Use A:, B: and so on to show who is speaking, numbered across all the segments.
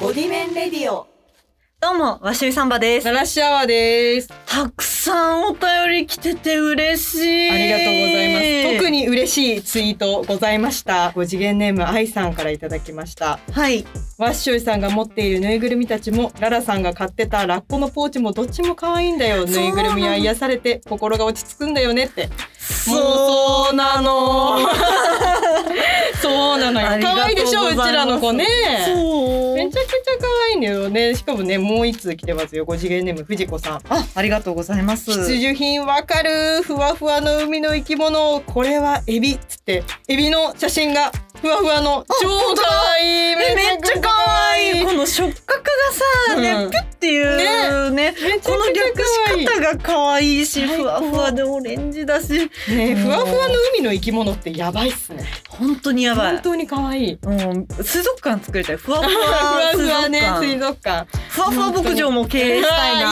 A: ボディメンレディオ。
B: どうも、わしみさんばです。
C: ララシアワです。
B: たくさんお便り来てて嬉しい。
C: ありがとうございます。特。に嬉しいツイートございました。ご次元ネーム愛さんからいただきました。
B: はい。
C: ワッシュイさんが持っているぬいぐるみたちも、ララさんが買ってたラッコのポーチもどっちも可愛いんだよ。
B: そうな
C: ぬ
B: の
C: いぐるみは癒されて心が落ち着くんだよねって。
B: そう
C: なの。そ うなの
B: あ
C: よ。
B: りがとうございます
C: 可愛いでしょうちらの子ね。
B: う。そ
C: めちゃくちゃ可愛いんだよね。しかもね、もう一通来てますよ。ご次元ネーム藤子さん。
B: あ、ありがとうございます。
C: 必需品わかるふわふわの海の生き物これはエビっつってエビの写真がふわふわの超可愛い
B: えめっちゃ可愛い。
C: め
B: この触覚がさ、
C: う
B: ね、
C: ん
B: ピュっていうね。
C: ちゃくち
B: こ
C: ゃ
B: の略
C: 可愛
B: し方が可愛いし、
C: 最
B: ふ
C: 高
B: わふわでオレンジだし、
C: いねふわふわの海の生き物ってやばいっすね
B: 本当にやば
C: 本
B: い。
C: 当に可愛い
B: うん、水族館作りたい。ふわふわ
C: ふわ
B: 水
C: ふわ
B: 族
C: ね水
B: 館。
C: 族館
B: ふわふわ牧場も経営したいな。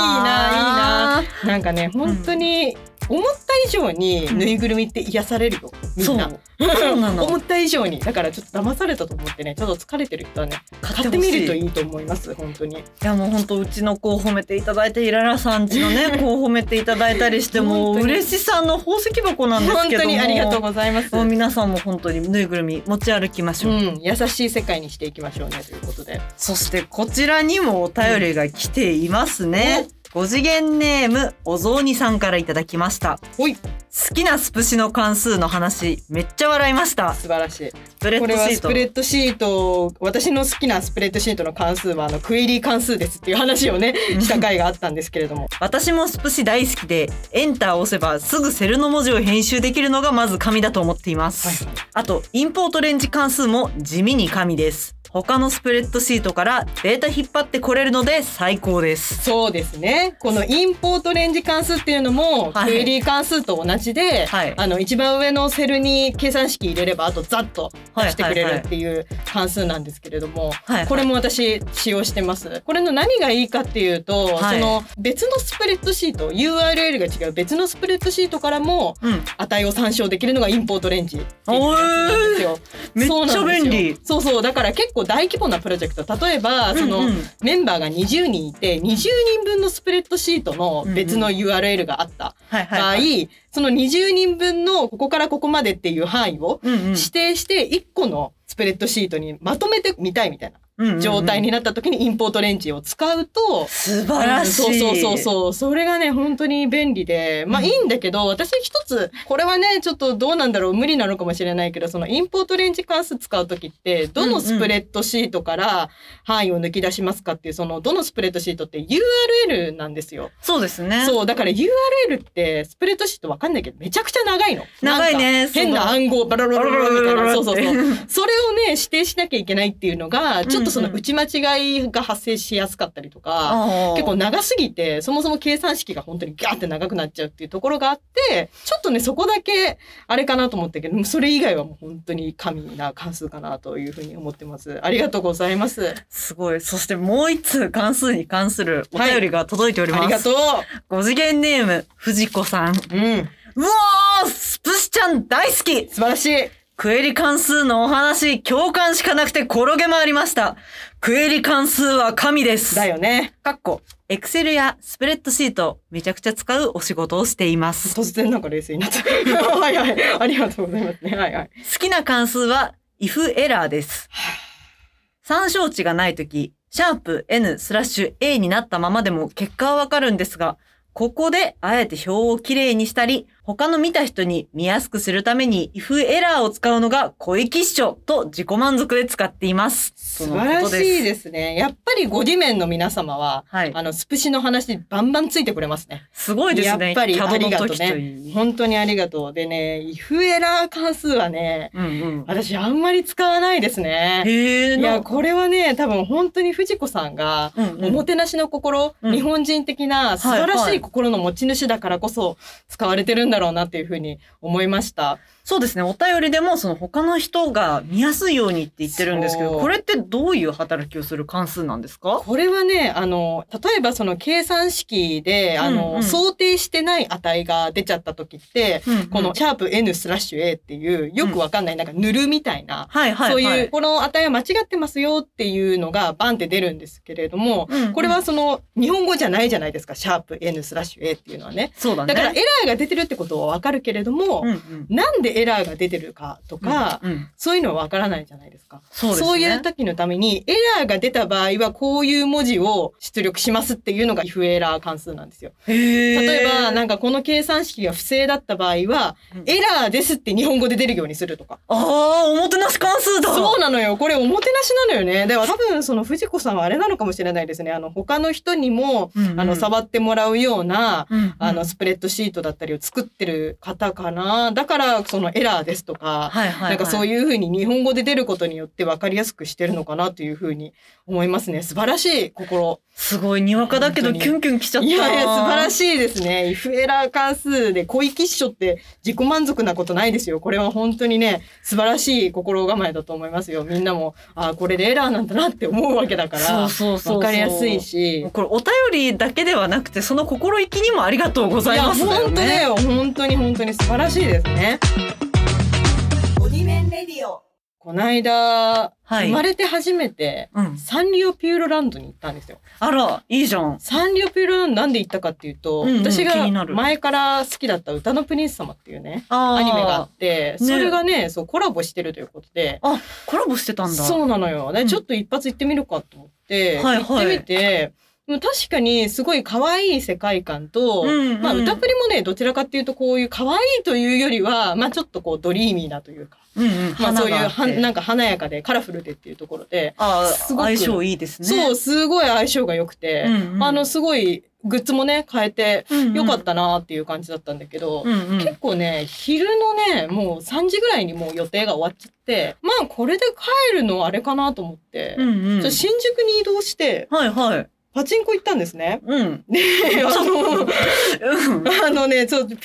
C: あ
B: いいな。
C: なんかね本当に思った以上にぬいぐるみって癒されるよみんな
B: そうそうなの
C: 思った以上にだからちょっと騙されたと思ってねちょっと疲れてる人はね買ってみるといいと思います本当に
B: いやもう本当うちの子を褒めていただいてイララさんちのね子を褒めていただいたりしてもう
C: 本当に
B: 嬉しさの宝石箱なんです
C: 本
B: けども
C: 当にありがとうございます。
B: もう
C: う
B: 皆さんも本当にぬいぐるみ持ち歩きましょう、
C: ん、優しい世界にしていきましょうねということで。
B: そしてこちらにもお便りが来ていますね、5次元ネームお雑煮さんからいただきました
C: ほい、
B: 好きなスプシの関数の話めっちゃ笑いましたス
C: 素晴らしい。
B: プレッ
C: こ
B: ド
C: れは
B: シ
C: スプレ
B: ート
C: ッドシート、私の好きなスプレッドシートの関数はあのクエリ関数ですっていう話をね、した回があったんですけれども。
B: 私もスプシ大好きでエンターを押せばすぐセルの文字を編集できるのがまず神だと思っています、あと、インポートレンジ関数も地味に神です。他のスプレッドシートからデータ引っ張ってこれるので最高です。
C: そうですね。このインポートレンジ関数っていうのも、
B: はい
C: クエリ関数と同じで、
B: はい
C: あの一番上のセルに計算式入れればあとざっと出してくれ
B: はいはい
C: る
B: はい
C: っていう関数なんですけれども、
B: はいはい
C: これも私使用してます。これの何がいいかっていうと、
B: はい
C: その別のスプレッドシート URL が違う別のスプレッドシートからも
B: うん。
C: 値を参照できるのがインポートレンジっていうやつなんですよ。
B: めっ
C: そう
B: ち
C: な
B: ゃ
C: んですよ
B: 便利。
C: そうそうだから結構大規模なプロジェクト例えばその、
B: うんうん
C: メンバーが20人いて20人分のスプレッドシートの別の URL があった
B: はい
C: 場合、
B: はい。
C: その20人分のここからここまでっていう範囲を
B: うんうん
C: 指定して1個のスプレッドシートにまとめてみたいみたい
B: うんうんう
C: なん状態になった時にインポートレンジを使うと、
B: 素晴らしい。
C: そうそうそう
B: う。
C: そう。それがね、本当に便利で。まあ
B: うん
C: いいんだけど、私一つ、これはね、ちょっとどうなんだろう、無理なのかもしれないけど、そのインポートレンジ関数使うときって、どのスプレッドシートから範囲を抜き出しますかっていう、その、どのスプレッドシートって URL なんですよ。
B: そうですね。
C: そう、だから URL って、スプレッドシートわかんないけど、めちゃくちゃ長いの。
B: 長いね
C: なんか変な暗号、バラバラバラバラみたいな。そうそうそう。それをね、指定しなきゃいけないっていうのが、ちょっとその打ち間違いが発生しやすかったりとか、結
B: 結
C: 構長すぎてそもそも計算式が本当にガーって長くなっちゃうっていうところがあってちょっとねそこだけあれかなと思ったけどそれ以外はもう本当に神な関数かなというふうに思ってますありがとうございますあ
B: すごい。そしてもう一通関数に関するお便りが届いており
C: り
B: ます。
C: がと
B: 5次元ネーム、藤子さん。
C: ううん
B: うわースプシちゃん大好き
C: 素晴らしい
B: クエリ関数のお話、共感しかなくて転げ回りました。クエリ関数は神です。
C: だよね
B: かっこ、エクセルやスプレッドシート、めちゃくちゃ使うお仕事をしています。
C: 突然なんか冷静になった はいはいありがとうございますねはいはい
B: 好きな関数は、if エラーです。参照値がないとき、シャープ n スラッシュ a になったままでも結果はわかるんですが、ここであえて表をきれいにしたり、他の見た人に見やすくするために if エラーを使うのが小粋っしょと自己満足で使っています。
C: 素晴らしい
B: す。
C: ですねやっぱりご地面の皆様は、
B: はい
C: あのスプシの話バンバンついてくれますね
B: すごいですね。
C: やっぱり
B: キャ
C: あ
B: ド
C: り
B: の
C: がとう
B: 時とい
C: ね
B: い。。
C: 本当にありがとう。でね、イフエラー関数はね、
B: うんうん。
C: 私あんまり使わないですね。
B: へえ。
C: い
B: な
C: や、これはね、多分本当に藤子さんが、
B: うんう
C: お
B: ん
C: もてなしの心、
B: うん
C: 日本人的な素晴らしい心の持ち主だからこそ使われてるんんだろうなっていうふうに思いました。
B: そうですね。お便りでも、その他の人が見やすいようにって言ってるんですけ
C: そ
B: ど、
C: う
B: これってどういう働きをする関数なんですか
C: これはね、あの、例えばその計算式で、あ
B: う
C: の、
B: んうん
C: 想定してない値が出ちゃった時って、この、シャープ N スラッシュ A っていう、よくわかんない、なんかぬるみたいな、
B: はいはいはい。
C: そういう、この値は間違ってますよっていうのがバンって出るんですけれども、
B: うんうん
C: これは、その、日本語じゃないじゃないですか、シャープ N スラッシュ A っていうのはね。
B: そうだね。
C: だからエラーが出てるってことはわかるけれども、
B: うんうん、
C: なんでエラーが出てるかとか、
B: うんうん
C: そういうのはわからないじゃないですか。
B: そうですね。
C: そういう時のために、エラーが出た場合は、こういう文字を出力しますっていうのが if エラー関数なんですよ。例
B: 例
C: えば、なんかこの計算式が不正だった場合は
B: うん、
C: エラーですって日本語で出るようにするとか。
B: ああ、おもてなし関数 だ
C: そうなのよ。これおもてなしなのよね。では多分その藤子さんはあれなのかもしれないですね。あの、他の人にも、
B: うんうん
C: あの、触ってもらうような、
B: うんうん
C: あの、スプレッドシートだったりを作ってる方かな。だから、そのエラーですとか、
B: はいはいはい、
C: なんかそう
B: いう
C: いうふうに日本語で出ることによって分かりやすくしてるのかなというふうに思いますね。素晴らしい心。
B: すごいにわかだけど
C: 本当に
B: キュンキュンきちゃった
C: いやいや、素晴ら
B: い
C: しいですね。イフエラー関数で小粋っしょって自己満足なことないですよ。これは本当にね、素晴らしい心構えだと思いますよ。みんなも、ああ、これでエラーなんだなって思うわけだから、
B: そうそうそうそう
C: 分かりやすいし。
B: これお便りだけではなくてその心意気にもありがとうございますだよ
C: 本当だよ。本当に本当に素晴らしいですね。
A: ボディメンレディオ。
C: この間、
B: はい
C: 生まれて初めて、
B: うん、
C: サンリオピューロランドに行ったんですよ。
B: あらいいじゃん
C: サンリオピューロランドなんで行ったかっていうと、
B: うんうん
C: 私
B: 気
C: が
B: になる
C: 前から好きだった歌のプリンス様っていうね、
B: あー
C: アニメがあって、
B: ね
C: それがね、そうコラボしてるということで、
B: コラボしてたんだ
C: そうなのよ。で、
B: うん
C: ちょっと一発行ってみるかと思って、
B: はいはい
C: 行ってみて、でも確かにすごい可愛い世界観と、
B: うんうん
C: まあ歌プリもね、どちらかっていうとこういう可愛いというよりは、まあちょっとこうドリーミーなというか、
B: うんうん、
C: まあそうい
B: 花が
C: う
B: あって
C: はなんか華やかでカラフルでっていうところで、
B: あー
C: すごく
B: 相性いいですね
C: そう、すごい相性が良くて、
B: うんうん
C: あの、すごいグッズもね、変えて、
B: うんうん
C: 良かったなっていう感じだったんだけど、
B: うんうん
C: 結構ね、昼のね、もう3時ぐらいにもう予定が終わっちゃって、まあこれで帰るのあれかなと思って、
B: うんうん
C: じゃあ新宿に移動して、
B: はいはい
C: パチンコ行ったんです ね。
B: うん
C: で、あの、
B: うん
C: あのね、そう、ピューロラ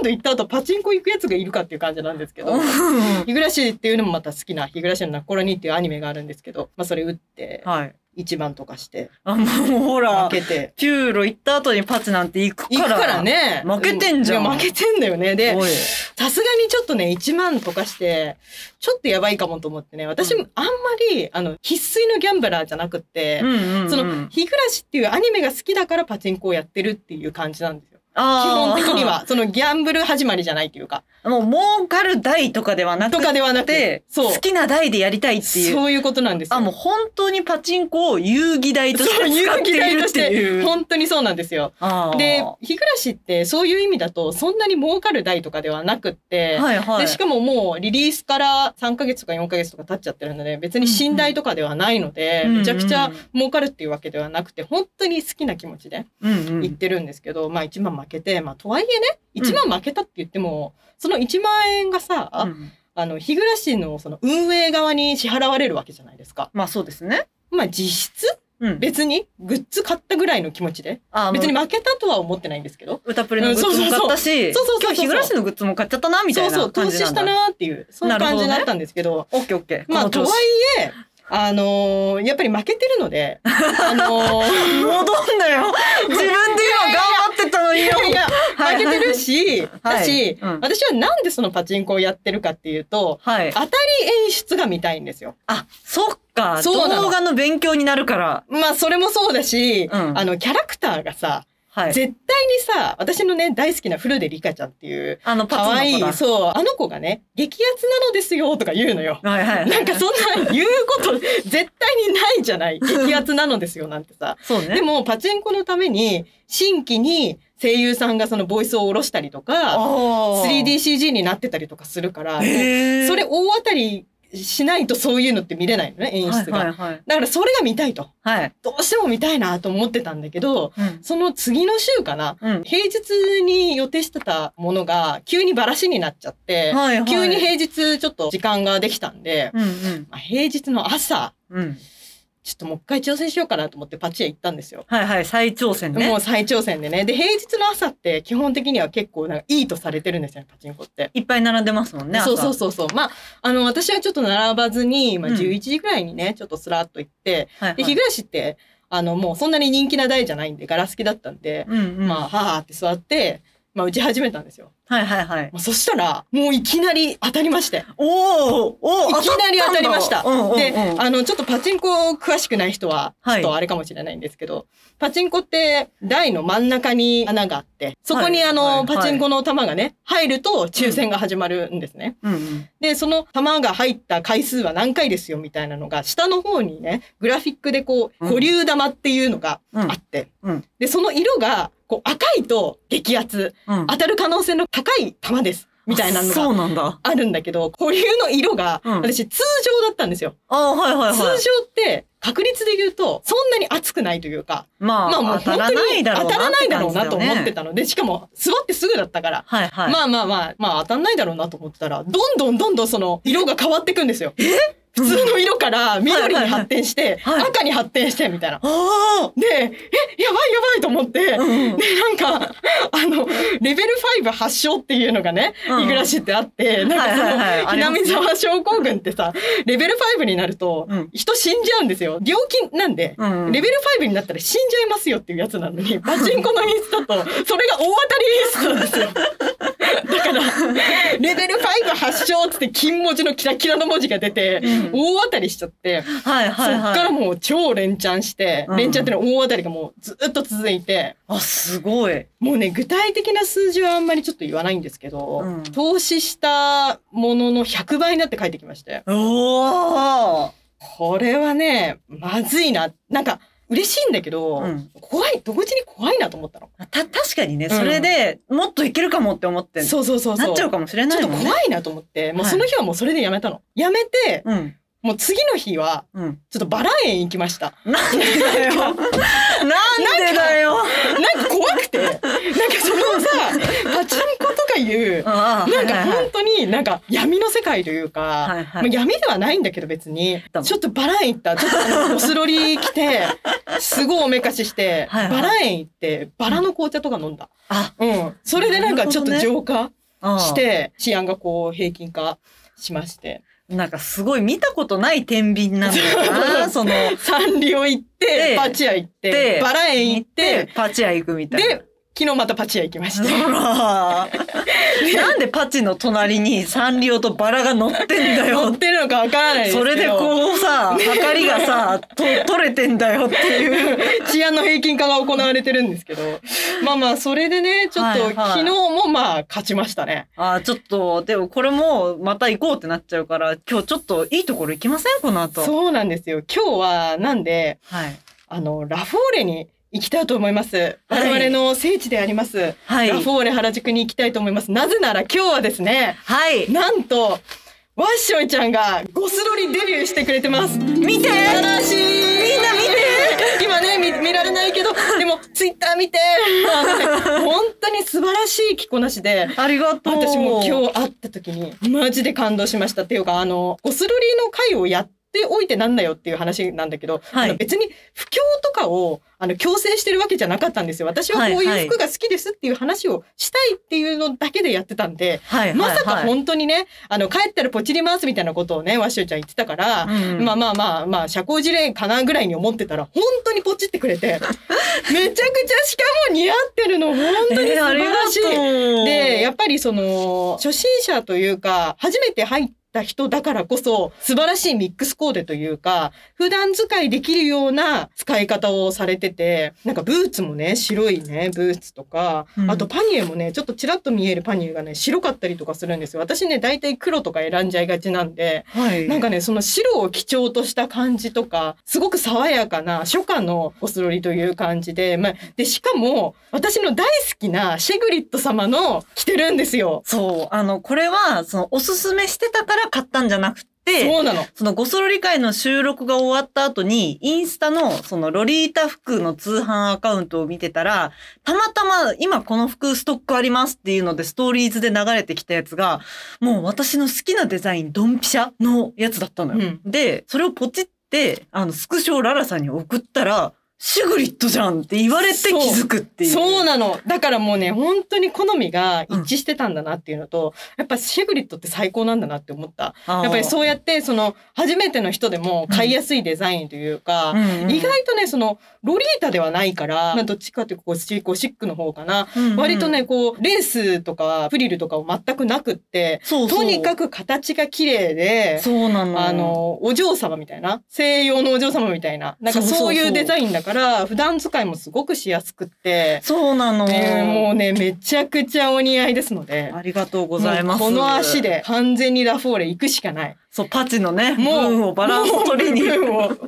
C: ンド行った後パチンコ行くやつがいるかっていう感じなんですけど、 日暮らしっていうのもまた好きな、日暮らしのナコロニっていうアニメがあるんですけど、まあそれ打って、
B: はい
C: 一番とかして、
B: あもうほら
C: 負けて、
B: ピューロ行った後にパチなんて行くか
C: 行
B: ら
C: くからね。
B: 負けてんじゃん
C: いや負けてんだよね。で、
B: おい
C: さすがにちょっとね、1万とかして、ちょっとやばいかもと思ってね、私
B: う
C: もあんまり、あの、必須のギャンブラーじゃなくって、
B: うんうんうん
C: その、日暮らしっていうアニメが好きだからパチンコをやってるっていう感じなんですよ。基
B: あ
C: 本
B: ー
C: 的には、そのギャンブル始まりじゃないというか、
B: もう儲かる代とかではなく
C: とかではなく
B: て
C: て、そう
B: 好。きな代でやりたいっていう
C: そういうことなんですよ。
B: あもう本当にパチンコを遊戯代とし
C: そう、
B: て
C: 有
B: 使ってい
C: 機
B: る
C: と
B: っ
C: して
B: い
C: て、
B: う。
C: 本当にそうなんですよ。
B: あー
C: で、日暮らしってそういう意味だと、そんなに儲かる代とかではなくって、
B: はいはい
C: で、しかももうリリースから3ヶ月とか4ヶ月とか経っちゃってるので、別に信頼とかではないので、
B: うんうん
C: めちゃくちゃ儲かるっていうわけではなくて、本当に好きな気持ちで
B: うんう
C: 言っ
B: ん、
C: てるんですけど、まあ1万負けて、まあとはいえね、
B: うん
C: 1万負けたって言っても、その1万円がさ、
B: うん
C: あの、日暮らしのその運営側に支払われるわけじゃないですか。
B: まあそうですね。
C: まあ実質、
B: うん、
C: 別にグッズ買ったぐらいの気持ちで、
B: あー
C: 別に
B: もう
C: 負けたとは思ってないんですけど、
B: 歌プレのグッズも買ったし、
C: そうそうそうそ
B: 今
C: うそうそうそう
B: 日日暮らしのグッズも買っちゃったなみたい
C: そ
B: な
C: うそう、
B: 感
C: 投
B: じ
C: 資
B: な
C: し
B: ん
C: た
B: だ。
C: なっていう、そういう感じ
B: なるほどね
C: だったんですけど、
B: オッケーオッケー。
C: まあ、
B: この
C: と
B: 調子
C: はいえ、あのーやっぱり負けてる ので、あのー
B: 戻んなよ。自分で今頑張ってたのに
C: い
B: よ。
C: やいや、
B: はい
C: 負けてるし、
B: はい
C: だし、
B: うん
C: 私はなんでそのパチンコをやってるかっていうと、
B: はい。
C: 当たり演出が見たいんですよ。
B: あ、そっか。
C: そうなの
B: 動画の勉強になるから。
C: まあ、それもそうだし、
B: うん
C: あの、キャラクターがさ、
B: はい。
C: 絶対にさ、私のね、大好きな古でリカちゃんっていう、
B: あの、パ
C: 可
B: ツ
C: 愛
B: の子
C: い、
B: だ。
C: そう、あの子がね、激アツなのですよ、とか言うのよ。
B: はいはい。
C: なんかそんな言うこと絶対にないじゃない。激アツなのですよ、なんてさ。
B: そうね。
C: でも、パチンコのために、新規に声優さんがそのボイスを下ろしたりとか、
B: あー
C: 3DCG になってたりとかするから、
B: へー
C: それ大当たりしないとそういうのって見れないのね、演出が。
B: はいはいはい。
C: だからそれが見たいと。
B: はい。
C: どうしても見たいなと思ってたんだけど、
B: うん
C: その次の週かな、
B: うん。
C: 平日に予定してたものが急にバラシになっちゃって、
B: はいはい。
C: 急に平日ちょっと時間ができたんで、
B: うんうん
C: まあ平日の朝、
B: うん。
C: ちょっともう一回挑戦しようかなと思ってパチへ行ったんですよ。
B: はいはい、再挑戦
C: も
B: ね
C: う。再挑戦でね。で、平日の朝って基本的には結構なんかいいとされてるんですよね、パチンコって。
B: いっぱい並んでますもんね、朝
C: そうそうそうそう。まあ、あの、私はちょっと並ばずに、まあ、
B: うん
C: 11時ぐらいにね、ちょっとスラーっと行って、
B: はい
C: で、
B: はい
C: 日暮らしって、あの、もうそんなに人気な台じゃないんで、ガラス機だったんで、
B: うんうん。
C: まあ、はーはーって座って、まあ、打ち始めたんですよ。
B: はいはいはい。
C: まあ、そしたら、もういきなり当たりまして。
B: おーお
C: い
B: ー
C: きなり当たりました。
B: うんうんうん
C: で、あの、ちょっとパチンコ詳しくない人は、ちょ
B: は
C: っ
B: い
C: とあれかもしれないんですけど、パチンコって台の真ん中に穴があって、そこに
B: はい
C: あの、
B: はいはい
C: パチンコの玉がね、入ると抽選が始まるんですね。
B: うんうん。
C: で、その玉が入った回数は何回ですよみたいなのが、下の方にね、グラフィックでこう、
B: うん
C: 保留玉っていうのが
B: うん
C: あって、
B: うん
C: で、その色が、こう、赤いと激アツ、
B: うん。
C: 当たる可能性の高い玉です、みたいなの
B: そ
C: が
B: うなんだ。
C: あるんだけど、保留の色が、
B: うん
C: 私、通常だったんですよ。
B: ああ、はいはいはい。
C: 通常って、確率で言うと、そんなに熱くないというか、
B: まあ、
C: まあもう
B: 当た
C: 本
B: ら
C: 当
B: ない
C: に
B: だろう
C: 当
B: な
C: たらないだろうな
B: 感じ
C: と
B: だ
C: 思
B: よね
C: ってたので、しかも座ってすぐだったから、
B: はいはい。
C: まあまあまあ、まあ当たんないだろうなと思ってたら、どんどんどんどんその色が変わっていくんですよ。普通の色から緑に発展して、
B: はいはいはいはい
C: 赤に発展してみたいな。
B: あ
C: で、え、やばいやばいと思って、
B: あ、うんうん
C: で、なんか、あの、レベル5発症っていうのがね、
B: うん
C: イグラシってあって、なんかそ
B: はいはいはい
C: の、
B: ありますね
C: 南沢症候群ってさ、レベル5になると
B: うん、
C: 人死んじゃうんですよ。病気なんで。
B: うんうん
C: レベル5になったら死んじゃいますよっていうやつなのに、パチンコの演出だと、それが大当たり演出なん ですよ。だから、レベル5発症っつって金文字のキラキラの文字が出て、
B: うん
C: 大当たりしちゃって、
B: はいはい
C: そっか
B: は
C: ら
B: い。
C: もう超連チャンして、
B: うん
C: 連チャンっていうのは大当たりがもうずっと続いて、
B: あ、すごい。
C: もうね、具体的な数字はあんまりちょっと言わないんですけど、
B: うん
C: 投資したものの100倍になって帰ってきまして、
B: おお。
C: これはね、まずいな。なんか、嬉しいんだけど、
B: うん
C: 怖い、同時に怖いなと思ったの。
B: た、確かにね、
C: うん
B: それでもっといけるかもって思って、
C: そうそうそうそう。
B: なっちゃうかもしれな
C: ちょ
B: い
C: っ
B: も
C: と
B: んね。
C: 怖いなと思って、もう
B: はい
C: その日はもうそれでやめたの。やめて、
B: うん。
C: もう次の日は、
B: うん。
C: ちょっとバラ園行きました。
B: なんでだよ。なんでだよ。
C: なんか怖くて、なんかそれをさ、 パチンコとかいう、
B: ああ、
C: なんか
B: はいはいはい
C: 本当になんか闇の世界というか、
B: はいはい
C: まあ、闇ではないんだけど別に
B: だもん
C: ちょっとバラ園行ったちょっとあのおスロリ 来てすごいおめかしして
B: はいはい
C: バラ園行ってバラの紅茶とか飲んだ、
B: あ
C: うん、それでなんかちょっと浄化
B: ああ
C: して、治安がこう平均化しまして
B: なんかすごい見たことない天秤なんだよな。その、
C: サンリオ行っ
B: で
C: てパチ屋行っ
B: で
C: てバラ園行
B: 行
C: っ
B: って
C: て、
B: パチ屋行くみたいな。
C: で昨日またパチ屋行きまし
B: ほ
C: て。
B: らなんでパチの隣にサンリオとバラが乗ってんだ
C: 乗
B: よ
C: っ。てるのかわからないです
B: そ
C: けど
B: れでこうさ、明かりがさ、と取れてんだよっていう。
C: 治安の平均化が行われてるんですけど、まあまあ、それでね、ちょっと、
B: はいはい
C: 昨日もまあ、勝ちましたね。
B: あーちょっと、でもこれもまた行こうってなっちゃうから、今日ちょっといいところ行きませんこの後。
C: そうなんですよ。今日は、なんで、
B: はい。
C: あの、ラフォーレに行きたいと思います。
B: はい
C: 我々の聖地であります。
B: はい
C: ラフォーレ原宿に行きたいと思います。なぜなら今日はですね、
B: はい。
C: なんと、ワッショイちゃんがゴスロリデビューしてくれてます。
B: 見て
C: 悲しいみんな見て今ね見見られないけどでもツイッター 見て本当に素晴らしい着こなしで
B: ありがとう。
C: 私も今日会った時にマジで感動しましたっていうかあのゴスロリの会をやっておいてなんだよっていう話なんだけど、
B: はい
C: あの別に布教とかをあの強制してるわけじゃなかったんですよ私はこう
B: はいはい
C: いう服が好きですっていう話をしたいっていうのだけでやってたんで、
B: はい、はい。
C: まさか
B: はい
C: 本当にねあの帰ったらポチり回すみたいなことをねワッシュちゃん言ってたから、
B: うん
C: まあまあまあまあ社交辞令かなぐらいに思ってたら本当にポチってくれてめちゃくちゃしかも似合ってるの本当に素
B: えーあり
C: 晴
B: が
C: らしい。
B: とう
C: でやっぱりその初心者というか初めて入った人だからこそ素晴らしいミックスコーデというか普段使いできるような使い方をされててなんかブーツもね白いねブーツとか、
B: うん
C: あとパニエもねちょっとちらっと見えるパニエがね白かったりとかするんですよ私ね大体黒とか選んじゃいがちなんで
B: はい、
C: なんかねその白を基調とした感じとかすごく爽やかな初夏のゴスロリという感じで,、まあ、でしかも私の大好きなシェグリット様の着てるんですよ。
B: そう、あの、これは、その、おすすめしてたから買ったんじゃなくて、
C: そうなの。
B: その、ゴソロリ会の収録が終わった後に、インスタの、その、ロリータ服の通販アカウントを見てたら、たまたま、今この服ストックありますっていうので、ストーリーズで流れてきたやつが、もう私の好きなデザイン、ドンピシャのやつだったのよ。
C: うん
B: で、それをポチって、って、あの、スクショをララさんに送ったら、シグリットじゃんって言われて気づくっていう。
C: そう
B: な
C: なの。だからもうね、本当に好みが一致してたんだなっていうのと、やっぱシグリットって最高なんだなって思った。やっぱりそうやって、その、初めての人でも買いやすいデザインというか、
B: うんうん
C: 意外とね、その、ロリータではないから、まあどっちかというとこう、シこうシックの方かな。
B: うんうん
C: 割とね、こう、レースとか、フリルとかを全くなくって、
B: そうそう
C: とにかく形が綺麗で、
B: そうなの。
C: あの、お嬢様みたいな、西洋のお嬢様みたいな、なんか
B: そうそうそう
C: そういうデザインだから、普段使いもすごくしやすくって、
B: そうなの。
C: ねもうね、めちゃくちゃお似合いですので、
B: ありがとうございます。
C: もうこの足。で完全にラフォーレ行くしかない。
B: そう、パチのね、
C: もう
B: もう、をバランス取りに。
C: もうもう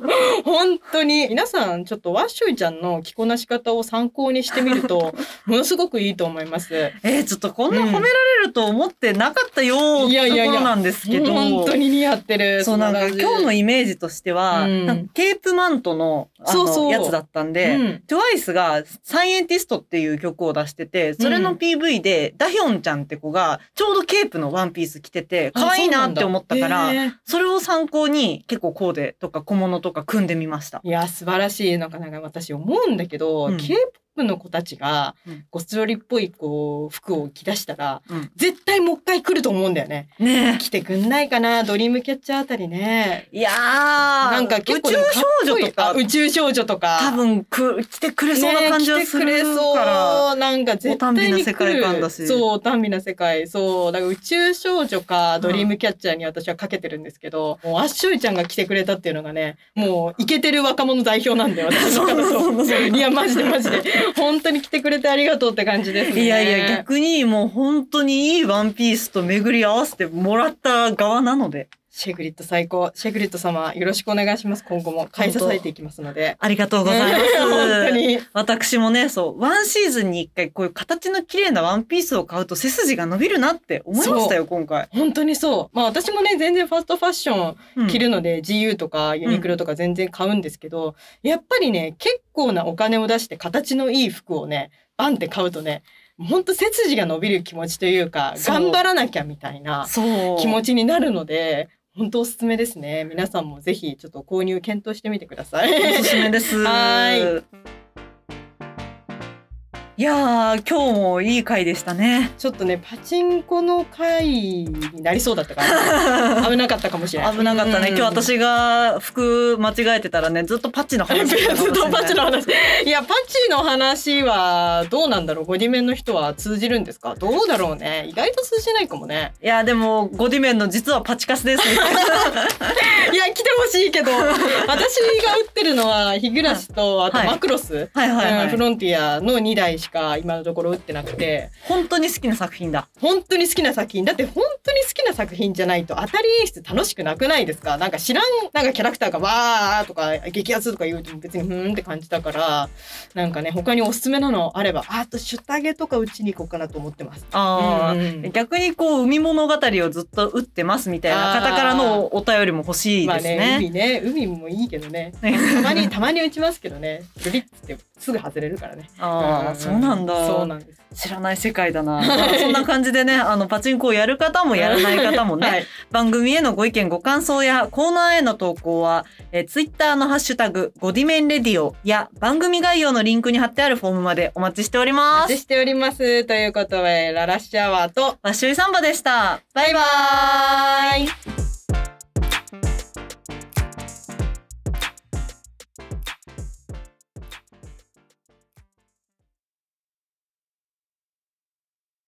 C: 本当に、皆さんちょっとワッシュイちゃんの着こなし方を参考にしてみると、 ものすごくいいと思います。
B: えー、ちょっとこんな褒められると思ってなかったよー
C: うんいやいやいや
B: ところなんですけど。
C: 本当に似合ってる。
B: そうなんか
C: 素晴らしい
B: 今日のイメージとしては、
C: うん
B: なんかケープマントのあの
C: そうそう
B: やつだったんで、
C: うん
B: トゥワイスがサイエンティストっていう曲を出してて、それ
C: う
B: の
C: ん
B: PV でダヒョンちゃんって子がちょうどケープのワンピース着てて、
C: あ
B: 可愛い
C: そう
B: なんっ
C: だ
B: て思ったから、
C: へー
B: それを参考に結構コーデとか小物とか組んでみました。
C: いや素晴らしいなんかなんか私思うんだけど、
B: うん
C: K-POP の子たちが
B: うん
C: ゴスロリっぽいこう服を着だしたら、
B: うん
C: 絶対もう一回来ると思うんだよね。
B: ね
C: 来てくんないかなドリームキャッチャーあたりね。
B: え。いやー、
C: なんか結構ね
B: 宇宙少女と
C: かっ
B: か
C: こいいあ宇宙少女とか
B: 多分く来てくれそうな感じはする
C: ね来てくれ
B: から。
C: そうなんか絶対に来る
B: お耽美な世界観だし
C: そうお耽美な世界そうだから宇宙少女かドリームキャッチャーに私はかけてるんですけど、もうアッシュイちゃんが来てくれたっていうのがねもうイケてる若者代表なんだよ私の中だ と
B: そんなそんなそ んない
C: やマジでマジで本当に来てくれてありがとうって感じですね
B: いやいや、逆にもう本当にいいワンピースと巡り合わせてもらった側なので、
C: シェグリット最高シェグリット様よろしくお願いします今後も買い支えていきますので
B: ありがとうございま
C: 本当
B: す。
C: に
B: 私もね、そう、ワンシーズンに一回こういう形の綺麗なワンピースを買うと背筋が伸びるなって思いましたよ、今回。
C: 本当にそうまあ私もね全然ファストファッション
B: うん
C: 着るので GU とかユニクロとか全然買うんですけど、やっぱりね結構なお金を出して形のいい服をねバンって買うとねほんと背筋が伸びる気持ちというか
B: そう
C: 頑張らなきゃみたいな
B: そう。
C: 気持ちになるので本当おすすめですね皆さんもぜひちょっと購入検討してみてください。
B: おすすめです。。
C: はい
B: やー、今日もいい回でした ね。
C: ちょっとねパチンコの会になりそうだったから 危なかったかもしれない
B: 危なかったね。
C: うん
B: 今日私が服間違えてたらね、ずっとパッチの話してたかもし
C: ずっ
B: れな
C: と
B: い
C: パチの話。いや、パチの話はどうなんだろうゴディメンの人は通じるんですかどうだろうね意外と通じないかもね。
B: いや、でも、ゴディメンの実はパチカスです。
C: いや、来てほしいけ ど、私が打ってるのはヒグラシと、あと
B: はい
C: マクロス。
B: はいはいはい
C: うんフロンティアの2台しか今のところ打ってなくて
B: 本当に好きな作品だ。
C: 本当に好きな作品だって本当に好きな作品じゃないと当たり演出楽しくなくないですかなんか知らんなんかキャラクターがわーとか激アツとか言うと別にふーんって感じだからなんかね他におすすめなのあればあとシュタゲとか打ちに行こうかなと思ってます。
B: ああ、
C: うんうん
B: 逆にこう、海物語をずっと打ってますみたいな
C: あー
B: 方からのお便りも欲しいで
C: まあ
B: す
C: ね海
B: ね。
C: ね海もいいけど ね
B: ね
C: たまにたまに打ちますけどねブリッツってすぐ外れるからね。
B: ああ、そうなんだ。
C: そうなんです。
B: 知らない世界だな。まあそんな感じで ね、あの、パチンコをやる方もやらない方もね、
C: はい、
B: 番組へのご意見、ご感想やコーナーへの投稿は、えー、ツイッターのハッシュタグ、ゴディメンレディオや番組概要のリンクに貼ってあるフォームまでお待ちしており
C: お
B: ま
C: 待ち
B: す。
C: しております。ということでララッシュアワーと
B: バッシュイサンバでした。
C: バイバーイ